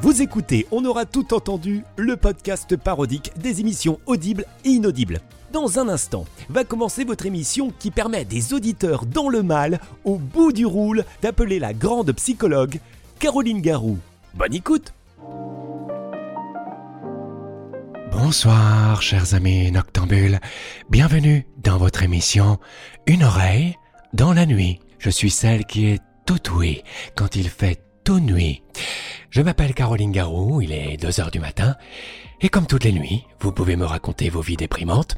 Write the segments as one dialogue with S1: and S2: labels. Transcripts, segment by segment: S1: Vous écoutez On aura tout entendu, le podcast parodique des émissions audibles et inaudibles. Dans un instant, va commencer votre émission qui permet à des auditeurs dans le mal, au bout du roule, d'appeler la grande psychologue Caroline Garou. Bonne écoute
S2: Bonsoir, chers amis noctambules. Bienvenue dans votre émission Une oreille dans la nuit. Je suis celle qui est tout ouïe quand il fait tout nuit. Je m'appelle Caroline Garou, il est 2 heures du matin. Et comme toutes les nuits, vous pouvez me raconter vos vies déprimantes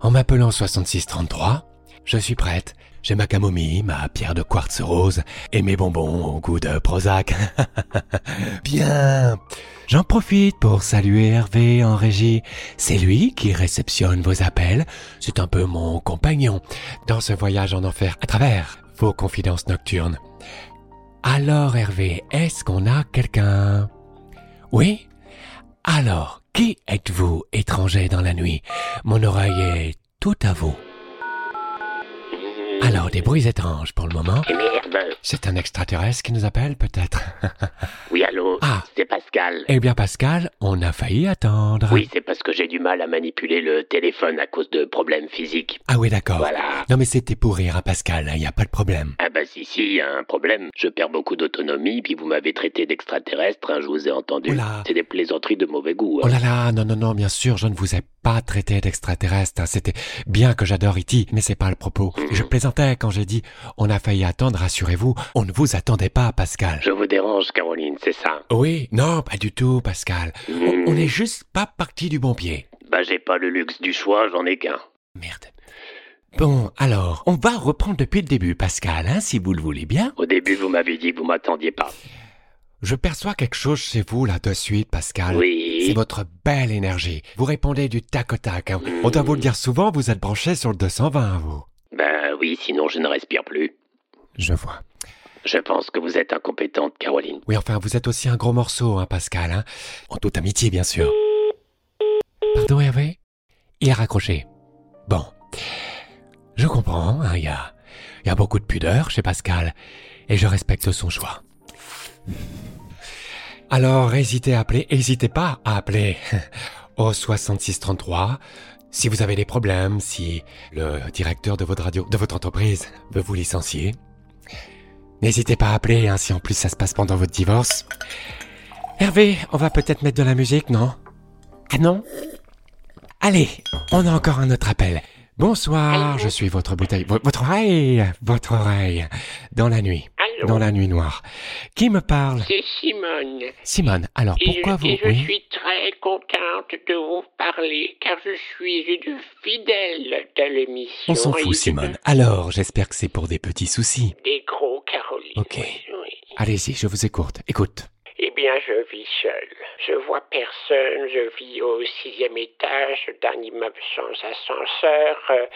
S2: en m'appelant 6633. Je suis prête. J'ai ma camomille, ma pierre de quartz rose et mes bonbons au goût de Prozac. Bien. J'en profite pour saluer Hervé en régie. C'est lui qui réceptionne vos appels. C'est un peu mon compagnon dans ce voyage en enfer à travers vos confidences nocturnes. Alors Hervé, est-ce qu'on a quelqu'un Oui Alors, qui êtes-vous étranger dans la nuit Mon oreille est tout à vous.
S3: Eh,
S2: Alors, des bruits étranges pour le moment.
S3: Et merde
S2: C'est un extraterrestre qui nous appelle peut-être
S3: Oui, allô
S2: Ah.
S3: C'est Pascal.
S2: Eh ben. bien Pascal, on a failli attendre.
S3: Oui, c'est parce que j'ai du mal à manipuler le téléphone à cause de problèmes physiques.
S2: Ah oui, d'accord.
S3: Voilà.
S2: Non mais c'était pour rire à Pascal, il n'y a pas de problème.
S3: Ah bah si, si, y a un problème. Je perds beaucoup d'autonomie, puis vous m'avez traité d'extraterrestre, hein, je vous ai entendu.
S2: Oula.
S3: C'est des plaisanteries de mauvais goût.
S2: Oh
S3: hein.
S2: là là, non, non, non, bien sûr, je ne vous ai pas traité d'extraterrestre. hein. C'était bien que j'adore E.T., mais c'est pas le propos. Je plaisantais quand j'ai dit on a failli attendre, rassurez-vous, on ne vous attendait pas, Pascal.
S3: Je vous dérange, Caroline, c'est ça
S2: Oui, non, pas du tout, Pascal. On- On n'est juste pas parti du bon pied.
S3: Bah j'ai pas le luxe du choix, j'en ai qu'un.
S2: Merde. Bon, alors, on va reprendre depuis le début, Pascal, hein, si vous le voulez bien.
S3: Au début, vous m'avez dit que vous m'attendiez pas.
S2: Je perçois quelque chose chez vous là de suite, Pascal. C'est
S3: Oui.
S2: votre belle énergie. Vous répondez du tac au tac. hein. On doit vous le dire souvent, vous êtes branché sur le 220, vous.
S3: Ben oui, sinon je ne respire plus.
S2: Je vois.
S3: Je pense que vous êtes incompétente, Caroline.
S2: Oui, enfin, vous êtes aussi un gros morceau, hein, Pascal. Hein en toute amitié, bien sûr. Pardon, Hervé Il est raccroché. Bon. Je comprends, hein, il y, a, il y a beaucoup de pudeur chez Pascal, et je respecte son choix. Alors, hésitez à appeler, hésitez pas à appeler au 6633 si vous avez des problèmes, si le directeur de votre radio, de votre entreprise veut vous licencier. N'hésitez pas à appeler, hein, si en plus ça se passe pendant votre divorce. Hervé, on va peut-être mettre de la musique, non Ah non Allez, on a encore un autre appel. Bonsoir, je suis votre bouteille, vo- votre oreille, votre oreille, dans la nuit,
S4: Allô
S2: dans la nuit noire. Qui me parle
S4: C'est Simone. Et
S2: Simone, alors
S4: je-
S2: pourquoi vous...
S4: et je
S2: oui
S4: suis très contente de vous parler, car je suis une fidèle de l'émission.
S2: On s'en
S4: et
S2: fout,
S4: une
S2: Simone. Alors, j'espère que c'est pour des petits soucis.
S4: Des gros Caroline.
S2: Ok.
S4: Oui.
S2: Allez-y, je vous écoute. Écoute.
S4: Eh bien, je vis seule. Je vois personne. Je vis au sixième étage d'un immeuble sans ascenseur. Euh,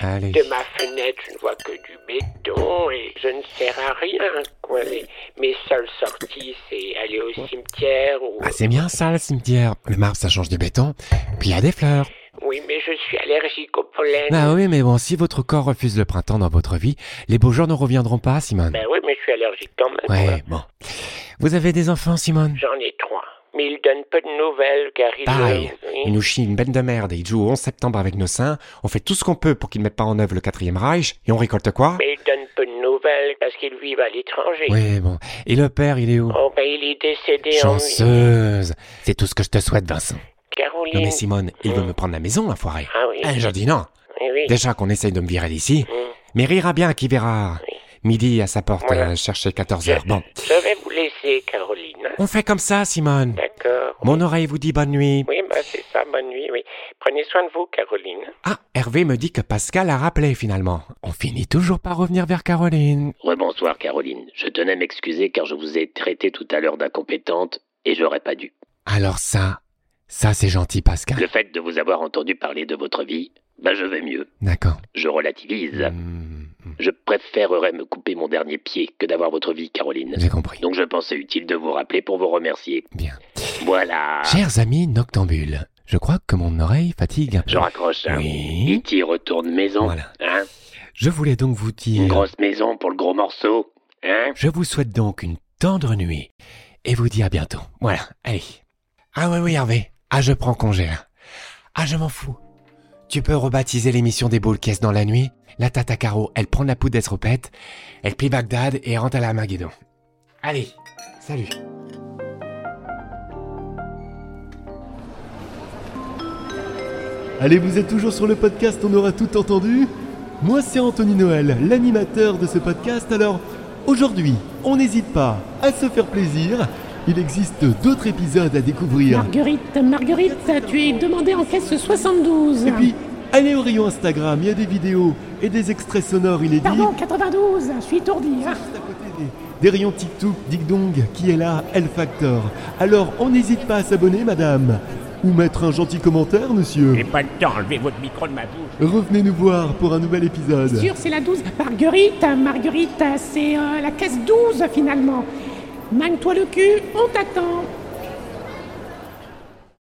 S2: Allez.
S4: De ma fenêtre, je ne vois que du béton et je ne sers à rien. Quoi. Les- Mes seules sorties, c'est aller au cimetière ou
S2: Ah, c'est bien ça, le cimetière. Le marbre, ça change du béton. Puis il y a des fleurs.
S4: Oui, mais je suis allergique au pollen.
S2: Ah oui, mais bon, si votre corps refuse le printemps dans votre vie, les beaux jours ne reviendront pas, Simone.
S4: Ben oui, mais je suis allergique quand même.
S2: Ouais, bon. Vous avez des enfants, Simone
S4: J'en ai trois. Mais ils donnent peu de nouvelles car ils...
S2: Pareil.
S4: Oui.
S2: Ils nous chient une bête de merde et ils jouent au 11 septembre avec nos seins. On fait tout ce qu'on peut pour qu'ils mettent pas en œuvre le quatrième Reich. Et on récolte quoi
S4: Mais ils donnent peu de nouvelles parce qu'ils vivent à l'étranger.
S2: Oui, bon. Et le père, il est où
S4: Oh, ben il est décédé en...
S2: Chanceuse. C'est tout ce que je te souhaite, Vincent.
S4: Caroline.
S2: Non mais Simone, il veut me prendre la maison, l'enfoiré.
S4: Ah oui.
S2: Eh, je dis non.
S4: Oui, oui.
S2: Déjà qu'on essaye de me virer d'ici.
S4: Mm.
S2: Mais rira bien qui verra. Midi à sa porte,
S4: Voilà.
S2: euh, chercher 14 heures. Bon.
S4: Je vais vous laisser, Caroline.
S2: On fait comme ça, Simone.
S4: D'accord.
S2: Mon oreille vous dit bonne nuit.
S4: Oui, ben c'est ça, bonne nuit, oui. Prenez soin de vous, Caroline.
S2: Ah, Hervé me dit que Pascal a rappelé finalement. On finit toujours par revenir vers Caroline.
S3: Rebonsoir, Caroline. Je tenais à m'excuser car je vous ai traité tout à l'heure d'incompétente et j'aurais pas dû.
S2: Alors ça, ça c'est gentil, Pascal.
S3: Le fait de vous avoir entendu parler de votre vie, ben je vais mieux.
S2: D'accord.
S3: Je relativise.
S2: Hmm,
S3: Je préférerais me couper mon dernier pied que d'avoir votre vie, Caroline.
S2: J'ai compris.
S3: Donc je pensais utile de vous rappeler pour vous remercier.
S2: Bien.
S3: Voilà.
S2: Chers amis noctambules, je crois que mon oreille fatigue un peu.
S3: Je raccroche. hein.
S2: Oui.
S3: E.T. retourne maison.
S2: Voilà.
S3: Hein
S2: Je voulais donc vous dire.
S3: Une grosse maison pour le gros morceau. Hein
S2: Je vous souhaite donc une tendre nuit et vous dis à bientôt. Voilà, allez. Ah oui, oui, Hervé. Ah, je prends congé là. Ah, je m'en fous. Tu peux rebaptiser l'émission des boules caisses dans la nuit. La Tata Caro, elle prend la poudre d'esropette, elle plie Bagdad et rentre à la Maguédon. Allez, salut.
S1: Allez, vous êtes toujours sur le podcast, on aura tout entendu Moi, c'est Anthony Noël, l'animateur de ce podcast. Alors, aujourd'hui, on n'hésite pas à se faire plaisir. Il existe d'autres épisodes à découvrir.
S5: Marguerite, Marguerite, tu es demandée en caisse 72.
S1: Et puis, allez au rayon Instagram, il y a des vidéos et des extraits sonores, il est dit.
S5: Pardon, 92, je suis étourdi. hein.
S1: Juste à côté des, des rayons TikTok, Dig Dong, qui est là, L Factor. Alors, on n'hésite pas à s'abonner, madame. Ou mettre un gentil commentaire, monsieur.
S4: J'ai pas le temps, enlevez votre micro de ma bouche.
S1: Revenez nous voir pour un nouvel épisode.
S5: Sûr, c'est la 12. Marguerite, Marguerite, c'est euh, la caisse 12 finalement. Magne-toi le cul, on t'attend.